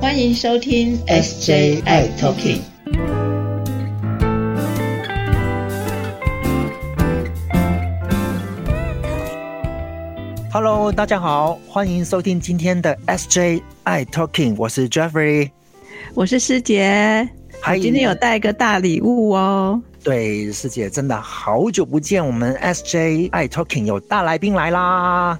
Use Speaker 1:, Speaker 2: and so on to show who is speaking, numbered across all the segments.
Speaker 1: 欢迎收听 SJI Talking。
Speaker 2: Hello，大家好，欢迎收听今天的 SJ I Talking，我是 Jeffrey。
Speaker 1: 我是师姐，我
Speaker 2: 嗨
Speaker 1: 哎今天有带一个大礼物哦。
Speaker 2: 对师姐，真的好久不见，我们 SJ I Talking 有大来宾来啦。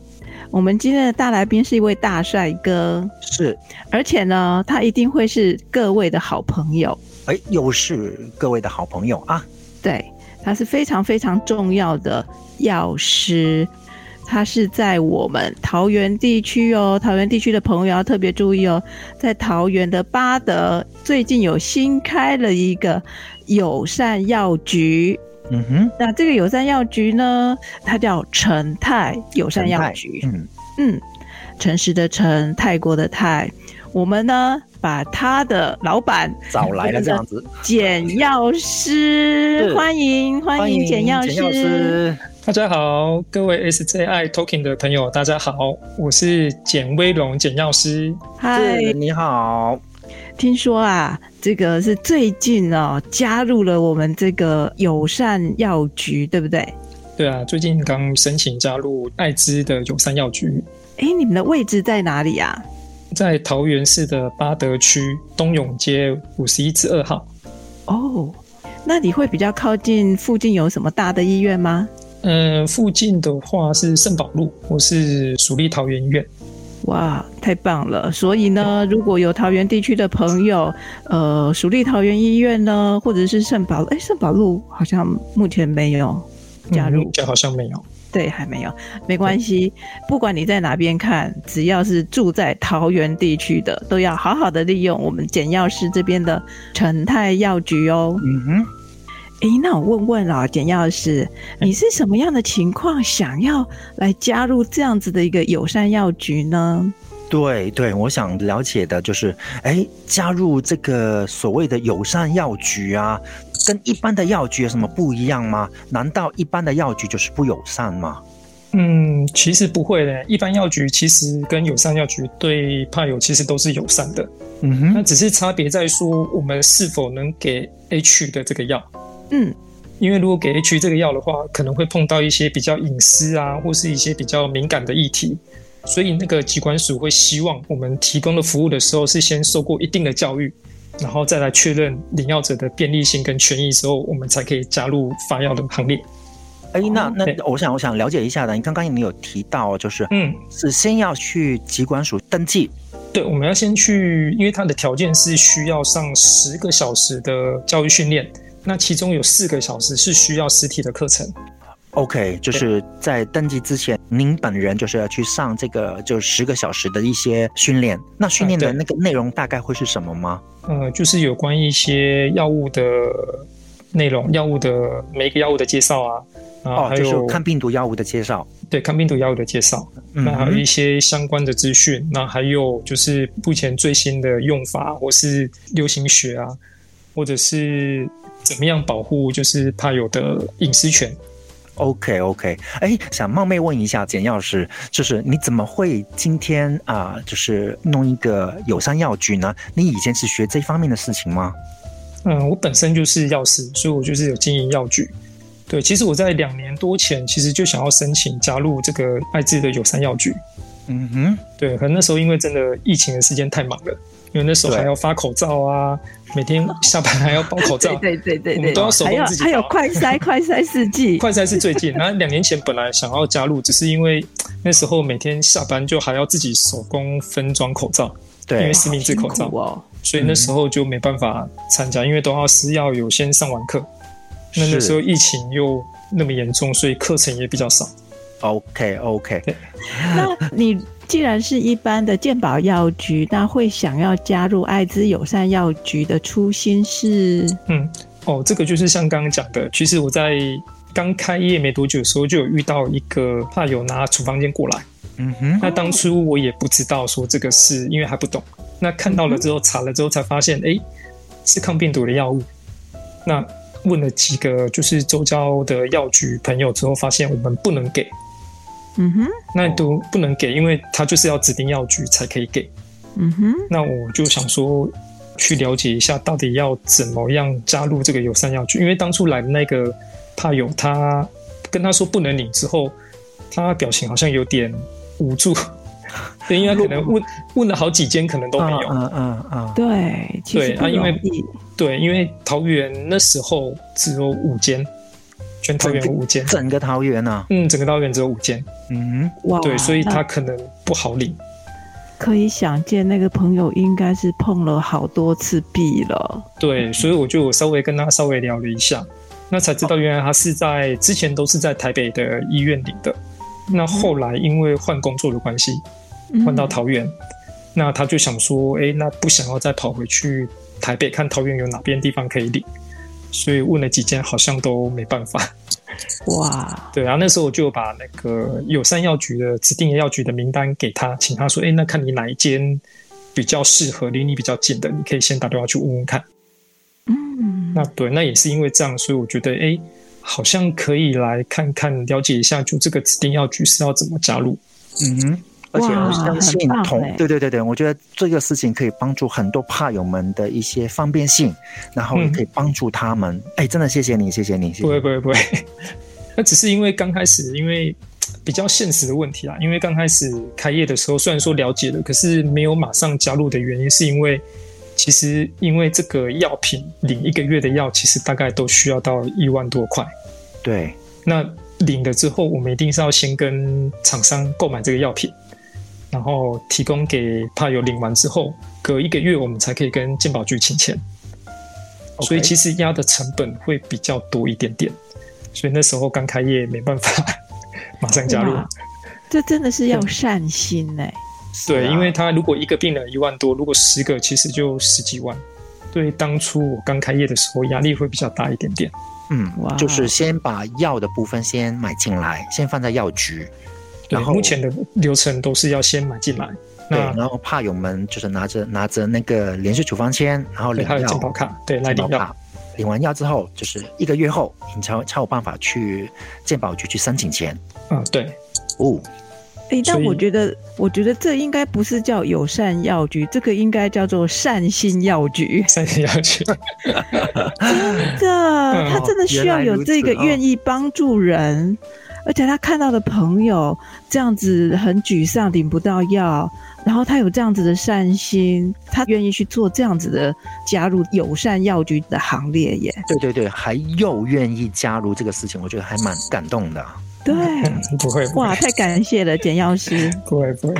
Speaker 1: 我们今天的大来宾是一位大帅哥，
Speaker 2: 是，
Speaker 1: 而且呢，他一定会是各位的好朋友。
Speaker 2: 哎，又是各位的好朋友啊。
Speaker 1: 对，他是非常非常重要的药师，他是在我们桃园地区哦，桃园地区的朋友要特别注意哦，在桃园的巴德最近有新开了一个友善药局。
Speaker 2: 嗯哼，
Speaker 1: 那这个友善药局呢，它叫陈泰友善药局，
Speaker 2: 嗯，
Speaker 1: 嗯，诚实的诚，泰国的泰。我们呢，把他的老板
Speaker 2: 早来了
Speaker 1: 真的
Speaker 2: 这样子，
Speaker 1: 简药师
Speaker 2: 是，
Speaker 1: 欢迎 欢迎简药
Speaker 2: 简药
Speaker 1: 师。
Speaker 2: 师。
Speaker 3: 大家好，各位 SJI Token 的朋友，大家好，我是简威龙简药师。
Speaker 1: 嗨，
Speaker 2: 是你好，
Speaker 1: 听说啊，这个是最近哦加入了我们这个友善药局，对不对？
Speaker 3: 对啊，最近刚申请加入艾滋的友善药局，
Speaker 1: 哎，你们的位置在哪里啊？
Speaker 3: 在桃园市的八德区东涌街五十一至二号。
Speaker 1: 哦，那你会比较靠近附近有什么大的医院吗？
Speaker 3: 嗯，附近的话是圣保路，我是蜀立桃园医院。
Speaker 1: 哇，太棒了！所以呢，如果有桃园地区的朋友，呃，蜀立桃园医院呢，或者是圣保，哎，圣保路好像目前没有加入
Speaker 3: 嗯目前好像没有。
Speaker 1: 对，还没有，没关系。不管你在哪边看，只要是住在桃园地区的，都要好好的利用我们简药师这边的陈泰药局哦。
Speaker 2: 嗯哼，
Speaker 1: 诶，那我问问啊，简药师，你是什么样的情况想要来加入这样子的一个友善药局呢？
Speaker 2: 对对，我想了解的就是，哎，加入这个所谓的友善药局啊，跟一般的药局有什么不一样吗？难道一般的药局就是不友善吗？
Speaker 3: 嗯，其实不会的。一般药局其实跟友善药局对怕友其实都是友善的，
Speaker 2: 嗯
Speaker 3: 那
Speaker 2: 哼，
Speaker 3: 只是差别在说我们是否能给 H 的这个药。
Speaker 1: 嗯，
Speaker 3: 因为如果给 H 这个药的话，可能会碰到一些比较隐私啊，或是一些比较敏感的议题，所以那个疾管署会希望我们提供的服务的时候是先受过一定的教育，然后再来确认领药者的便利性跟权益之后，我们才可以加入发药的行列。
Speaker 2: 哎，那那
Speaker 3: 哦对
Speaker 2: 我想我想了解一下的，你刚刚你有提到就是
Speaker 3: 嗯，
Speaker 2: 是先要去疾管署登记，
Speaker 3: 对，我们要先去，因为它的条件是需要上十个小时的教育训练，那其中有四个小时是需要实体的课程。
Speaker 2: OK，就是在登记之前，您本人就是要去上这个就十个小时的一些训练。那训练的
Speaker 3: 啊对
Speaker 2: 那个内容大概会是什么吗？
Speaker 3: 呃，就是有关一些药物的内容，药物的每一个药物的介绍啊，然后
Speaker 2: 哦，
Speaker 3: 还
Speaker 2: 就
Speaker 3: 有、
Speaker 2: 是看病毒药物的介绍。
Speaker 3: 对抗病毒药物的介绍，
Speaker 2: 嗯
Speaker 3: 那还有
Speaker 2: 哼
Speaker 3: 一些相关的资讯，那还有就是目前最新的用法，或是流行学啊，或者是怎么样保护就是怕有的隐私权。
Speaker 2: ，OK OK。哎，想冒昧问一下简药师，就是你怎么会今天啊、就是弄一个友善药局呢？你以前是学这方面的事情吗？
Speaker 3: 嗯，我本身就是药师，所以我就是有经营药局。对，其实我在两年多前其实就想要申请加入这个艾滋的友善药局，
Speaker 2: 嗯哼，
Speaker 3: 对，可能那时候因为真的疫情的时间太忙了，因为那时候
Speaker 2: 对
Speaker 3: 还要发口罩啊，每天下班还要包口罩。
Speaker 1: 对对对
Speaker 3: 我
Speaker 1: 对
Speaker 3: 们都要
Speaker 1: 对，
Speaker 3: 手
Speaker 1: 还
Speaker 3: 动
Speaker 1: 有
Speaker 3: 自己
Speaker 1: 还有
Speaker 3: 包
Speaker 1: 快 筛快筛试剂，
Speaker 3: 快餐是最近，然后两年前本来想要加入，只是因为那时候每天下班就还要自己手工分装口罩，因
Speaker 2: 对
Speaker 3: 为实名制口罩
Speaker 1: 好辛苦哦。
Speaker 3: 所以那时候就没办法参加，因为都要是要有先上完课。那那时候疫情又那么严重，所以课程也比较少。
Speaker 2: ，OK OK。
Speaker 1: 那你既然是一般的健保药局，那会想要加入艾滋友善药局的初心是？
Speaker 3: 嗯，哦，这个就是像刚刚讲的，其实我在刚开业没多久的时候就有遇到一个怕有拿处方笺过来。
Speaker 2: 嗯哼，
Speaker 3: 那当初我也不知道说这个是因为还不懂，那看到了之后查了之后才发现，哎、是抗病毒的药物。那问了几个就是周遭的药局朋友之后，发现我们不能给，
Speaker 1: 嗯哼，
Speaker 3: 那都不能给，因为他就是要指定药局才可以给。
Speaker 1: 嗯哼，
Speaker 3: 那我就想说，去了解一下到底要怎么样加入这个友善药局，因为当初来的那个怕友他跟他说不能领之后，他表情好像有点无助， 对，因为他可能问问了好几间，可能都没有。
Speaker 2: 嗯嗯嗯，
Speaker 1: 对，其实
Speaker 3: 对
Speaker 1: 不
Speaker 3: 啊因为
Speaker 1: 容易，
Speaker 3: 对，因为桃园那时候只有五间，全桃园有五间，
Speaker 2: 整个桃园啊，
Speaker 3: 嗯，整个桃园只有五间，
Speaker 2: 嗯，
Speaker 1: 哇，
Speaker 3: 对，所以
Speaker 1: 那
Speaker 3: 他可能不好领。
Speaker 1: 可以想见，那个朋友应该是碰了好多次壁了。
Speaker 3: 对，所以我就稍微跟他稍微聊了一下，那才知道原来他是在之前都是在台北的医院领的，那后来因为换工作的关系，换到
Speaker 1: 嗯
Speaker 3: 桃园，那他就想说，诶，那不想要再跑回去台北，看桃园有哪边地方可以领，所以问了几间，好像都没办法。
Speaker 1: 哇，
Speaker 3: 对啊，那时候我就把那个友善药局的指定的药局的名单给他，请他说，哎，那看你哪一间比较适合，离你比较近的，你可以先打电话去问问看。
Speaker 1: 嗯，
Speaker 3: 那对，那也是因为这样，所以我觉得，哎，好像可以来看看，了解一下，就这个指定药局是要怎么加入。
Speaker 2: 嗯哼，而且
Speaker 1: 哇
Speaker 2: 我相信
Speaker 1: 很棒
Speaker 2: 同
Speaker 1: 欸
Speaker 2: 对对对对，我觉得这个事情可以帮助很多怕友们的一些方便性，然后也
Speaker 3: 嗯
Speaker 2: 可以帮助他们。哎、真的谢谢你，谢谢你，谢
Speaker 3: 不
Speaker 2: 谢
Speaker 3: 会
Speaker 2: 你。
Speaker 3: 不会不 会，那只是因为刚开始，因为嘖比较现实的问题啦，因为刚开始开业的时候，虽然说了解了，可是没有马上加入的原因，是因为其实因为这个药品领一个月的药，其实大概都需要到一万多块。
Speaker 2: 对，
Speaker 3: 那领了之后，我们一定是要先跟厂商购买这个药品，然后提供给怕友领完之后，隔一个月我们才可以跟健保局请钱。所
Speaker 2: OK
Speaker 3: 以其实压的成本会比较多一点点，所以那时候刚开业没办法马上加入
Speaker 1: 哇。这真的是要善心哎、
Speaker 3: 对，
Speaker 2: 是啊
Speaker 3: 因为他如果一个病人一万多，如果十个其实就十几万。对，当初我刚开业的时候压力会比较大一点点。
Speaker 2: 嗯
Speaker 3: 哦
Speaker 1: 哇，
Speaker 2: 就是先把药的部分先买进来，先放在药局，
Speaker 3: 对，
Speaker 2: 然后
Speaker 3: 目前的流程都是要先买进来，
Speaker 2: 对，
Speaker 3: 那
Speaker 2: 然后怕友们就是拿着拿着那个连续处方签，然后
Speaker 3: 对
Speaker 2: 领
Speaker 3: 还有健
Speaker 2: 药
Speaker 3: 保，卡，对，来
Speaker 2: 健
Speaker 3: 领
Speaker 2: 保
Speaker 3: 药。
Speaker 2: 卡。领完药之后，就是一个月后，你才有才有办法去健保局去申请钱
Speaker 3: 嗯，对，
Speaker 2: 哦。
Speaker 1: 哎，但
Speaker 3: 所以。
Speaker 1: 我觉得，我觉得这应该不是叫友善药局，这个应该叫做善心药局
Speaker 3: 三年要 去。
Speaker 1: 这他真的需要有这个
Speaker 2: 嗯原来如此哦
Speaker 1: 愿意帮助人，而且他看到的朋友这样子很沮丧，领不到药，然后他有这样子的善心，他愿意去做这样子的加入友善药局的行列耶。
Speaker 2: 对对对，还又愿意加入这个事情，我觉得还蛮感动的。
Speaker 1: 对，
Speaker 2: 嗯
Speaker 3: 不会，不
Speaker 1: 哇，
Speaker 3: 会，
Speaker 1: 太感谢了，简药师。
Speaker 3: 不会，不会。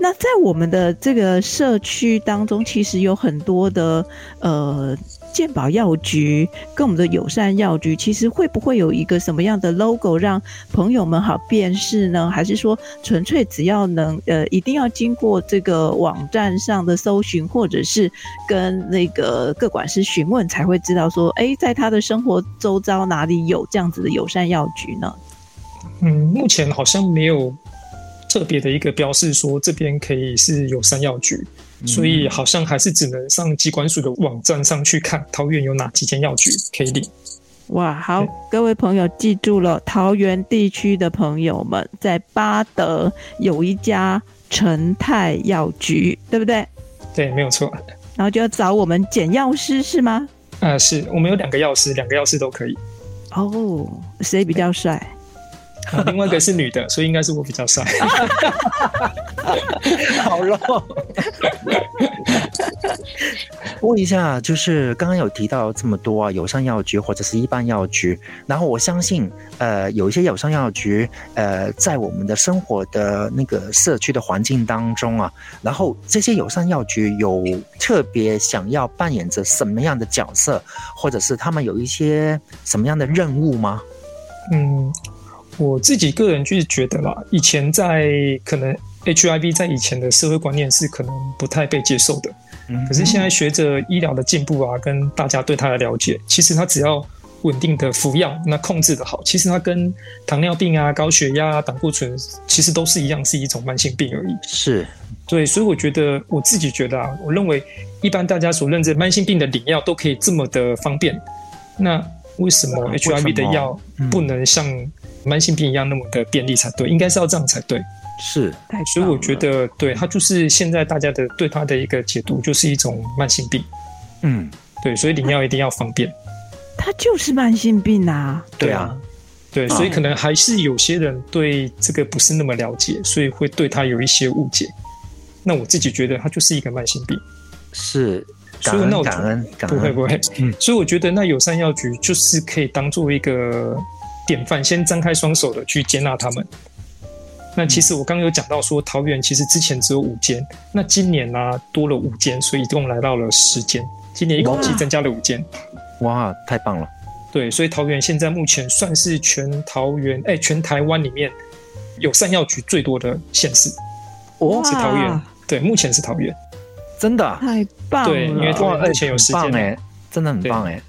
Speaker 1: 那在我们的这个社区当中，其实有很多的呃健保药局跟我们的友善药局，其实会不会有一个什么样的 logo 让朋友们好辨识呢？还是说纯粹只要能呃一定要经过这个网站上的搜寻，或者是跟那个各管师询问才会知道说，哎，在他的生活周遭哪里有这样子的友善药局呢？
Speaker 3: 嗯，目前好像没有特别的一个标示说这边可以是有山药局，
Speaker 2: 嗯
Speaker 3: 所以好像还是只能上机关署的网站上去看桃园有哪几间药局可以领。
Speaker 1: 哇，好
Speaker 3: 对，
Speaker 1: 各位朋友记住了，桃园地区的朋友们，在巴德有一家陈泰药局，对不对？
Speaker 3: 对，没有错。
Speaker 1: 然后就要找我们简药师是吗？
Speaker 3: 啊，是我们有两个药师，两个药师都可以。
Speaker 1: 哦，谁比较帅？
Speaker 3: 啊另外一个是女的，所以应该是我比较帅。
Speaker 2: 好了。 问一下，就是刚刚有提到这么多啊，友善药局或者是一般药局，然后我相信，呃，有一些友善药局，呃，在我们的生活的那个社区的环境当中啊，然后这些友善药局有特别想要扮演着什么样的角色，或者是他们有一些什么样的任务吗？
Speaker 3: 嗯，我自己个人就是觉得啦，以前在可能 HIV 在以前的社会观念是可能不太被接受的。
Speaker 2: 嗯
Speaker 3: 可是现在随着医疗的进步啊，跟大家对它的了解，其实它只要稳定的服药，那控制的好，其实它跟糖尿病啊、高血压、啊、胆固醇其实都是一样，是一种慢性病而已。
Speaker 2: 是，
Speaker 3: 对，所以我觉得我自己觉得啊，我认为一般大家所认知的慢性病的领药都可以这么的方便，那为什么
Speaker 2: 啊为什么
Speaker 3: HIV 的药
Speaker 2: 嗯
Speaker 3: 不能像慢性病一样那么的便利才对？应该是要这样才对。
Speaker 2: 是
Speaker 1: 太
Speaker 3: 所以我觉
Speaker 1: 棒了
Speaker 3: 得，对它就是现在大家的对它的一个解读，就是一种慢性病。
Speaker 2: 嗯，
Speaker 3: 对，所以领药一定要方便。
Speaker 1: 它就是慢性病啊，
Speaker 2: 对啊，，
Speaker 3: 对，所以可能还是有些人对这个不是那么了解，所以会对它有一些误解。那我自己觉得它就是一个慢性病，
Speaker 2: 是感
Speaker 3: 所以
Speaker 2: 恩
Speaker 3: 那我
Speaker 2: 感恩感
Speaker 3: 不会
Speaker 2: 恩，
Speaker 3: 不会。
Speaker 2: 嗯
Speaker 3: 所以我觉得那友善药局就是可以当做一个典范，先张开双手的去接纳他们。那其实我刚刚有讲到说，桃园其实之前只有五间，那今年呢、多了五间，所以一共来到了十间。今年一口气
Speaker 1: 哇
Speaker 3: 增加了五间，
Speaker 2: 哇，太棒了，
Speaker 3: 对，所以桃园现在目前算是全桃园哎、全台湾里面友善药局最多的县市。
Speaker 2: 哦
Speaker 1: 哇
Speaker 3: 是桃园，对，目前是桃园。
Speaker 2: 真的啊，
Speaker 1: 太棒了，
Speaker 3: 对因为桃园
Speaker 2: 哇，
Speaker 3: 目前有
Speaker 2: 很
Speaker 3: 时间啊
Speaker 2: 棒哎，真的很
Speaker 3: 对
Speaker 2: 棒哎，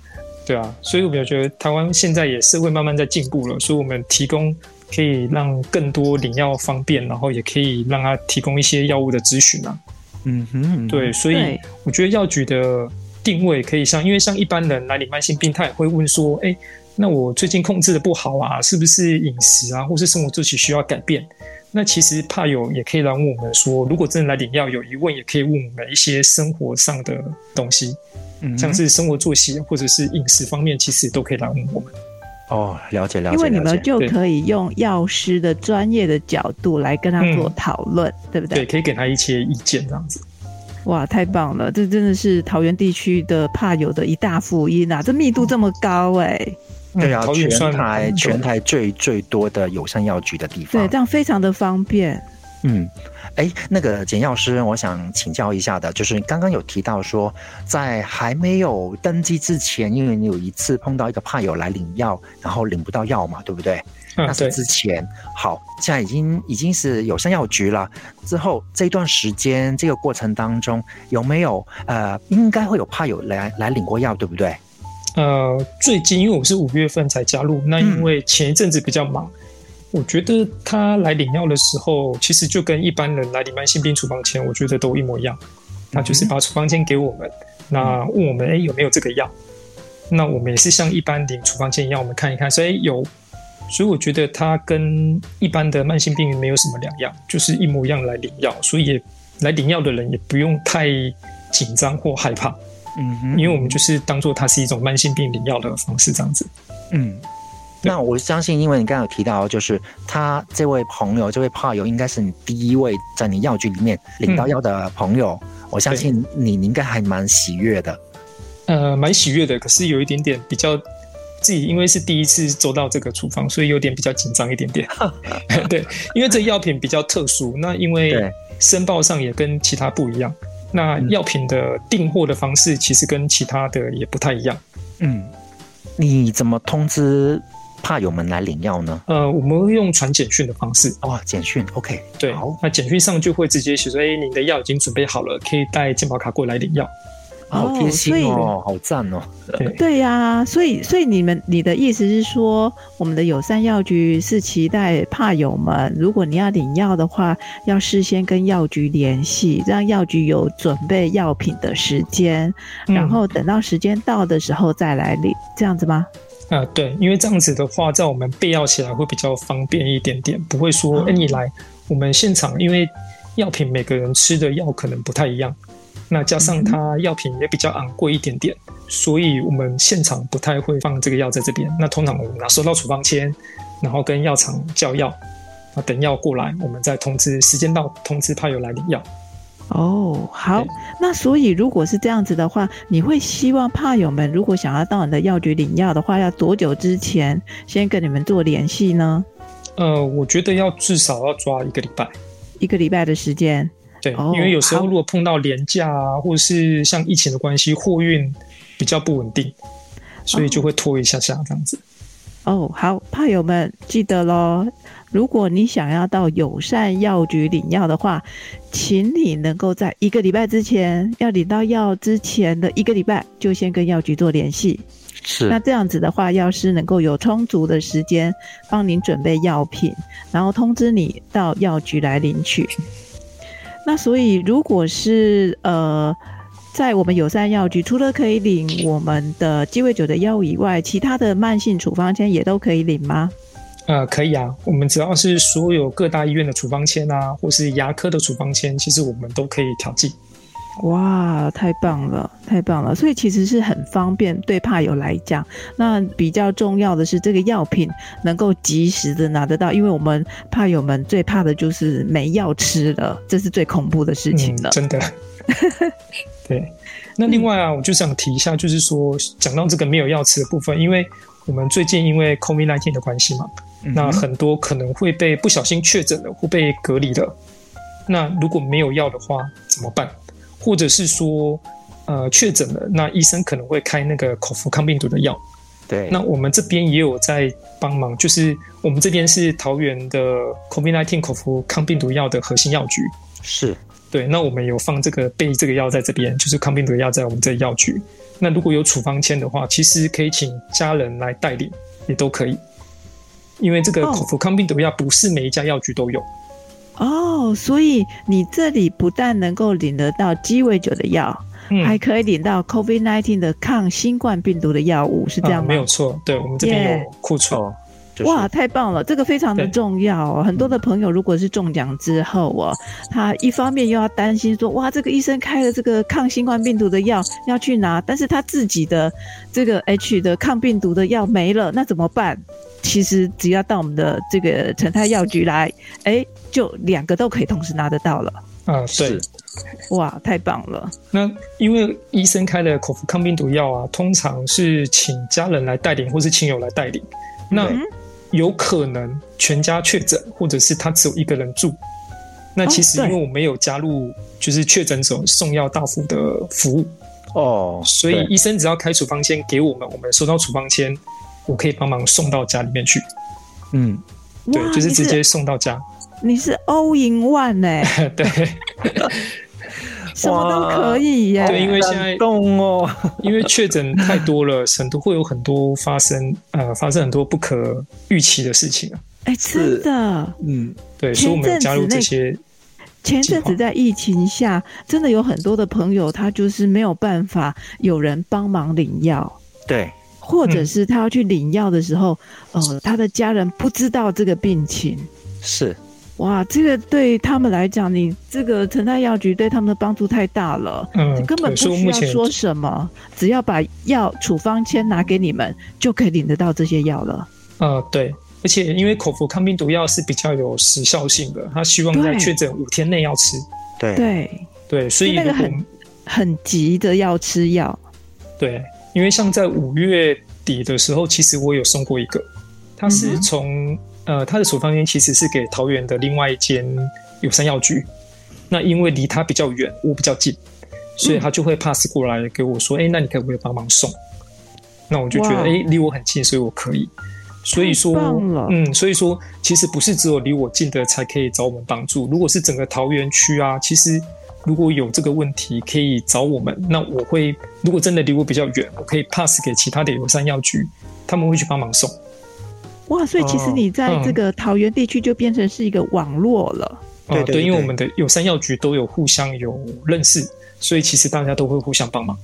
Speaker 3: 对啊，所以我觉得台湾现在也是会慢慢在进步了，所以我们提供可以让更多领药方便，然后也可以让他提供一些药物的咨询啊。
Speaker 2: 嗯哼，嗯哼
Speaker 3: 对，，所以
Speaker 1: 对
Speaker 3: 我觉得药局的定位可以像，因为像一般人来领慢性病，他也会问说，哎，那我最近控制的不好啊，是不是饮食啊，或是生活作息需要改变？那其实怕有也可以来问我们说，如果真的来领药有疑问，也可以问我们一些生活上的东西。
Speaker 2: 嗯哼
Speaker 3: 像是生活作息或者是饮食方面，其实都可以来问我们。
Speaker 2: 哦，了解了解，
Speaker 1: 因为你
Speaker 2: 了
Speaker 1: 们
Speaker 2: 解
Speaker 1: 就
Speaker 3: 对
Speaker 1: 可以用药师的专业的角度来跟他
Speaker 3: 嗯
Speaker 1: 做讨论，对不
Speaker 3: 对，可以给他一些意见这样子。
Speaker 1: 哇，太棒了！这真的是桃园地区的怕有的一大福音啊！这密度这么高哎、
Speaker 2: 对啊
Speaker 3: 嗯，桃园
Speaker 2: 全
Speaker 3: 算
Speaker 2: 台
Speaker 3: 嗯
Speaker 2: 全台最最多的友善药局的地
Speaker 1: 对，
Speaker 2: 方
Speaker 1: 这。样非常的方便。
Speaker 2: 嗯，哎，那个简药师，我想请教一下的，就是刚刚有提到说，在还没有登记之前，因为你有一次碰到一个怕友来领药，然后领不到药嘛，对不对？那
Speaker 3: 嗯，
Speaker 2: 是
Speaker 3: 对，
Speaker 2: 之前。好，现在已经已经是友善药局了。之后这段时间这个过程当中，有没有呃，应该会有怕友来来领过药，对不对？
Speaker 3: 呃，最近因为我是五月份才加入，那因为前一阵子比较忙，我觉得他来领药的时候，其实就跟一般人来领慢性病处方签，我觉得都一模一样。他就是把处方签给我们，那问我们哎、诶有没有这个药，那我们也是像一般领处方签一样，我们看一看，所以有。所以我觉得它跟一般的慢性病没有什么两样，就是一模一样来领药，所以也来领药的人也不用太紧张或害怕。
Speaker 2: 嗯哼
Speaker 3: 因为我们就是当做它是一种慢性病领药的方式这样子。
Speaker 2: 嗯，
Speaker 3: 对
Speaker 2: 那我相信，因为你刚刚有提到，就是他这位朋友，这位炮友应该是你第一位在你药局里面领到药的朋友，我相信你你应该还蛮喜悦的。
Speaker 3: 呃，蛮喜悦的，可是有一点点比较自己，因为是第一次做到这个处方，所以有点比较紧张一点 点。对，因为这药品比较特殊，那因为
Speaker 2: 对嗯
Speaker 3: 申报上也跟其他不一样。那药品的订货的方式其实跟其他的也不太一样。
Speaker 2: 嗯，你怎么通知炮友们来领药呢？
Speaker 3: 呃，我们会用传简讯的方式，
Speaker 2: 哦，简讯，OK，
Speaker 3: 对
Speaker 2: 好，
Speaker 3: 那简讯上就会直接写说，哎，你的药已经准备好了，可以带健保卡过来领药。
Speaker 2: 好贴心哦，好赞哦，
Speaker 3: 对，
Speaker 1: 对呀、所以所以你们你的意思是说，我们的友善药局是期待怕友们，如果你要领药的话，要事先跟药局联系，让药局有准备药品的时间，然
Speaker 3: 嗯
Speaker 1: 后等到时间到的时候再来领，这样子吗？
Speaker 3: 啊、对，因为这样子的话，在我们备药起来会比较方便一点点，不会说，哎、你来，我们现场，因为药品每个人吃的药可能不太一样，那加上它药品也比较昂贵一点点，所以我们现场不太会放这个药在这边。那通常我们拿收到处方签，然后跟药厂叫药，啊，等药过来，我们再通知时间到，通知派友来领药。
Speaker 1: 哦，好
Speaker 3: 对，
Speaker 1: 那所以如果是这样子的话，你会希望怕友们如果想要到你的药局领药的话，要多久之前先跟你们做联系呢？
Speaker 3: 呃，我觉得要至少要抓一个礼拜。
Speaker 1: 一个礼拜的时间
Speaker 3: 对，
Speaker 1: 哦
Speaker 3: 因为有时候
Speaker 1: 好
Speaker 3: 如果碰到廉价啊，或者是像疫情的关系，货运比较不稳定，所以就会拖一下下这样子。
Speaker 1: 哦。好，怕友们记得喽，如果你想要到友善药局领药的话，请你能够在一个礼拜之前，要领到药之前的一个礼拜，就先跟药局做联系。
Speaker 2: 是
Speaker 1: 那这样子的话，药师能够有充足的时间帮您准备药品，然后通知你到药局来领取。那所以，如果是呃，在我们友善药局，除了可以领我们的鸡尾酒的药物以外，其他的慢性处方签也都可以领吗？
Speaker 3: 呃，可以啊，我们只要是所有各大医院的处方签啊，或是牙科的处方签，其实我们都可以调剂。
Speaker 1: 哇，太棒了，太棒了！所以其实是很方便对怕友来讲。那比较重要的是，这个药品能够及时的拿得到，因为我们怕友们最怕的就是没药吃了，这是最恐怖的事情了。
Speaker 3: 嗯、真的。对，那另外啊，
Speaker 1: 嗯
Speaker 3: 我就想提一下，就是说讲到这个没有药吃的部分，因为我们最近因为 COVID-19 的关系嘛，
Speaker 2: 嗯
Speaker 3: 那很多可能会被不小心确诊了或被隔离了。那如果没有药的话怎么办？或者是说，呃，确诊了，那医生可能会开那个口服抗病毒的药。
Speaker 2: 对，
Speaker 3: 那我们这边也有在帮忙，就是我们这边是桃园的 COVID-19 口服抗病毒药的核心药局。
Speaker 2: 是
Speaker 3: 对，那我们有放这个备这个药在这边，就是抗病毒药在我们这药局。那如果有处方签的话，其实可以请家人来代理，也都可以。因为这个
Speaker 1: 哦
Speaker 3: 口服抗病毒药不是每一家药局都有，
Speaker 1: 哦，所以你这里不但能够领得到鸡尾酒的药，
Speaker 3: 嗯，
Speaker 1: 还可以领到 COVID-19 的抗新冠病毒的药物，是这样
Speaker 3: 啊
Speaker 1: 吗？
Speaker 3: 没有错，对我们这边有
Speaker 1: Yeah
Speaker 3: 库存。
Speaker 2: 哦，就是、
Speaker 1: 哇，太棒了！这个非常的
Speaker 3: 对嗯
Speaker 1: 重要哦。很多的朋友如果是中奖之后哦，他一方面又要担心说，哇，这个医生开了这个抗新冠病毒的药要去拿，但是他自己的这个 H 的抗病毒的药没了，那怎么办？其实只要到我们的这个成泰药局来，哎，就两个都可以同时拿得到了。
Speaker 3: 啊，对
Speaker 2: 是，
Speaker 1: 哇，太棒了！
Speaker 3: 那因为医生开的口服抗病毒药啊，通常是请家人来代理，或是亲友来代理。那
Speaker 1: 嗯
Speaker 3: 有可能全家确诊，或者是他只有一个人住。那其实
Speaker 1: 哦
Speaker 3: 因
Speaker 1: 对
Speaker 3: 为我没有加入就是确诊者送药到府的服务，
Speaker 2: 哦，
Speaker 3: 所以
Speaker 2: 对
Speaker 3: 医生只要开处方签给我们，我们收到处方签，我可以帮忙送到家里面去。
Speaker 2: 嗯，
Speaker 3: 对
Speaker 1: 哇，，
Speaker 3: 就是
Speaker 1: 你
Speaker 3: 直接送到家。
Speaker 1: 你是 all in one 哎、
Speaker 3: 对，
Speaker 1: 什么都可以耶、
Speaker 3: 对因为现在
Speaker 2: 哦感动哦，
Speaker 3: 因为确诊太多了，很多会有很多发生呃发生很多不可预期的事情啊。
Speaker 1: 哎、真的。
Speaker 2: 嗯，
Speaker 3: 对，
Speaker 1: 前
Speaker 3: 所以我们
Speaker 1: 阵子
Speaker 3: 有加入这
Speaker 1: 那
Speaker 3: 些，
Speaker 1: 前阵子在疫情下，真的有很多的朋友，他就是没有办法有人帮忙领药，
Speaker 2: 对，
Speaker 3: 嗯
Speaker 1: 或者是他要去领药的时候，呃，他的家人不知道这个病情。
Speaker 2: 是
Speaker 1: 哇，这个对他们来讲，你这个陈泰药局对他们的帮助太大了，
Speaker 3: 嗯，
Speaker 1: 根本
Speaker 3: 对所以
Speaker 1: 不需
Speaker 3: 我目
Speaker 1: 要
Speaker 3: 前
Speaker 1: 说什么，只要把药处方签拿给你们，就可以领得到这些药了。
Speaker 3: 呃，对，而且因为口服抗病毒药是比较有时效性的，他希望在
Speaker 1: 对
Speaker 3: 确诊五天内要吃。
Speaker 2: 对
Speaker 1: 对，
Speaker 3: 对，所以
Speaker 1: 那
Speaker 3: 如
Speaker 1: 个
Speaker 3: 果
Speaker 1: 很很急的要吃药。
Speaker 3: 对，因为像在五月底的时候，其实我有送过一个，他
Speaker 1: 嗯
Speaker 3: 是
Speaker 1: 哼
Speaker 3: 从、呃他的处方间其实是给桃园的另外一间友善药局，那因为离他比较远，我比较近，所
Speaker 1: 嗯
Speaker 3: 以他就会 pass 过来给我说，哎、那你可不可以帮忙送？那我就觉得，
Speaker 1: 哇
Speaker 3: 哎、离我很近，所以我可以。所以说
Speaker 1: 太棒了，
Speaker 3: 嗯，所以说，其实不是只有离我近的才可以找我们帮助。如果是整个桃园区啊，其实如果有这个问题，可以找我们。那我会，如果真的离我比较远，我可以 pass 给其他的友善药局，他们会去帮忙送。
Speaker 1: 哇，所以其实
Speaker 2: 哦
Speaker 1: 你在这
Speaker 3: 嗯
Speaker 1: 个桃园地区就变成是一个网络了。
Speaker 3: 呃
Speaker 2: 对对
Speaker 3: 因为
Speaker 2: 对
Speaker 3: 我们的友善药局都有互相有认识，所以其实大家都会互相帮忙。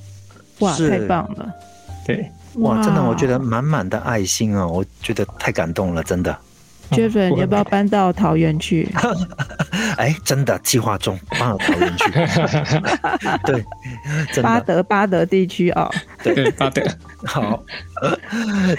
Speaker 1: 哇，
Speaker 2: 是
Speaker 1: 太棒了！
Speaker 3: 对，
Speaker 2: 哇，真的，我觉得满满的爱心哦，我觉得太感动了，真的， 嗯
Speaker 1: Jeffrey，
Speaker 3: 我
Speaker 1: 你要不要搬到桃园去？
Speaker 2: 哎，真的，计划中，帮我讨论去， 对，真
Speaker 1: 巴
Speaker 2: 的。
Speaker 1: 德巴德地区哦，
Speaker 3: 对，巴德，
Speaker 2: 好，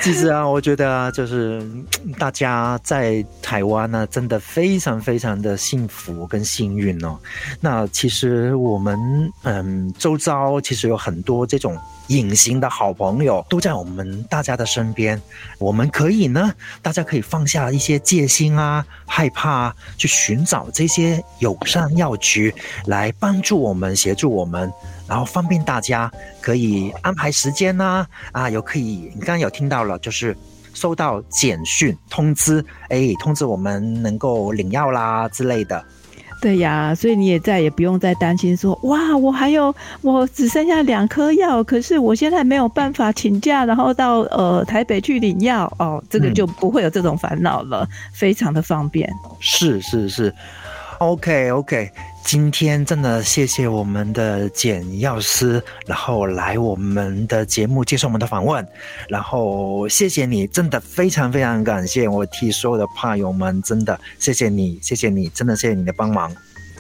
Speaker 2: 其实啊，我觉得啊，就是嗯大家在台湾呢、真的非常非常的幸福跟幸运哦。那其实我们嗯，周遭其实有很多这种隐形的好朋友都在我们大家的身边，我们可以呢，大家可以放下一些戒心啊、害怕啊，去寻找这些友善药局来帮助我们、协助我们，然后方便大家可以安排时间呐、啊，有可以，你刚刚有听到了，就是收到简讯通知，哎，通知我们能够领药啦之类的。
Speaker 1: 对呀，所以你也再也不用再担心说，哇，我还有我只剩下两颗药，可是我现在没有办法请假，然后到呃台北去领药哦，这个
Speaker 2: 嗯
Speaker 1: 就不会有这 种烦恼了，非常的方便。
Speaker 2: 是是是，OK OK，今天真的谢谢我们的简药师，然后来我们的节目接受我们的访问，然后谢谢你，真的非常非常感谢，我替所有的怕友们真的谢谢你，谢谢你，真的谢谢你的帮忙。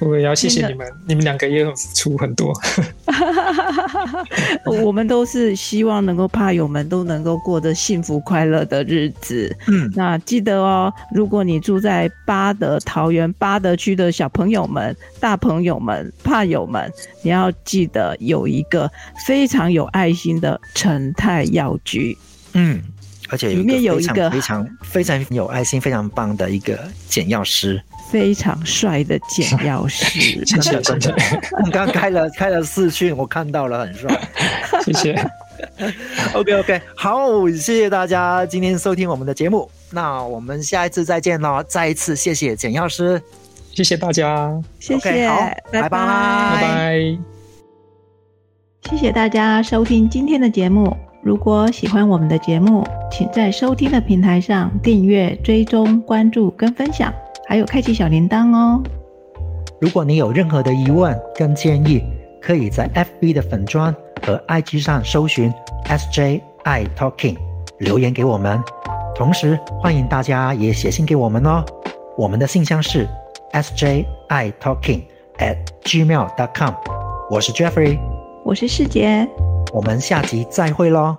Speaker 3: 我也要谢谢你们，你们两个也很付出很多。，
Speaker 1: 我们都是希望能够怕友们都能够过得幸福快乐的日子。
Speaker 2: 嗯，
Speaker 1: 那记得哦，如果你住在巴德桃园巴德区的小朋友们、大朋友们、怕友们，你要记得有一个非常有爱心的陈泰药局。
Speaker 2: 嗯，而且
Speaker 1: 里面有
Speaker 2: 非
Speaker 1: 一
Speaker 2: 常
Speaker 1: 个
Speaker 2: 非常非常有爱心、非常棒的一个简药师。
Speaker 1: 非常帅的简药师
Speaker 3: 谢谢谢谢
Speaker 2: 刚刚开了开了视讯，我看到了，很帅。
Speaker 3: 谢谢，
Speaker 2: OK OK，好，谢谢大家今天收听我们的节目，那我们下一次再见喽！再一次谢谢简药师，
Speaker 3: 谢谢大家，
Speaker 1: 谢
Speaker 2: OK，
Speaker 1: 谢
Speaker 2: 好，拜
Speaker 1: 拜
Speaker 2: 拜
Speaker 3: 拜拜。
Speaker 1: 谢谢大家收听今天的节目。如果喜欢我们的节目，请在收听的平台上订阅、追踪、关注跟分享，还有开启小铃铛哦。
Speaker 2: 如果你有任何的疑问跟建议，可以在 FB 的粉砖和 IG 上搜寻 SJI Talking 留言给我们。同时，欢迎大家也写信给我们哦。我们的信箱是 SJI Talking at gmail.com。我是 Jeffrey，
Speaker 1: 我是世杰，
Speaker 2: 我们下集再会喽。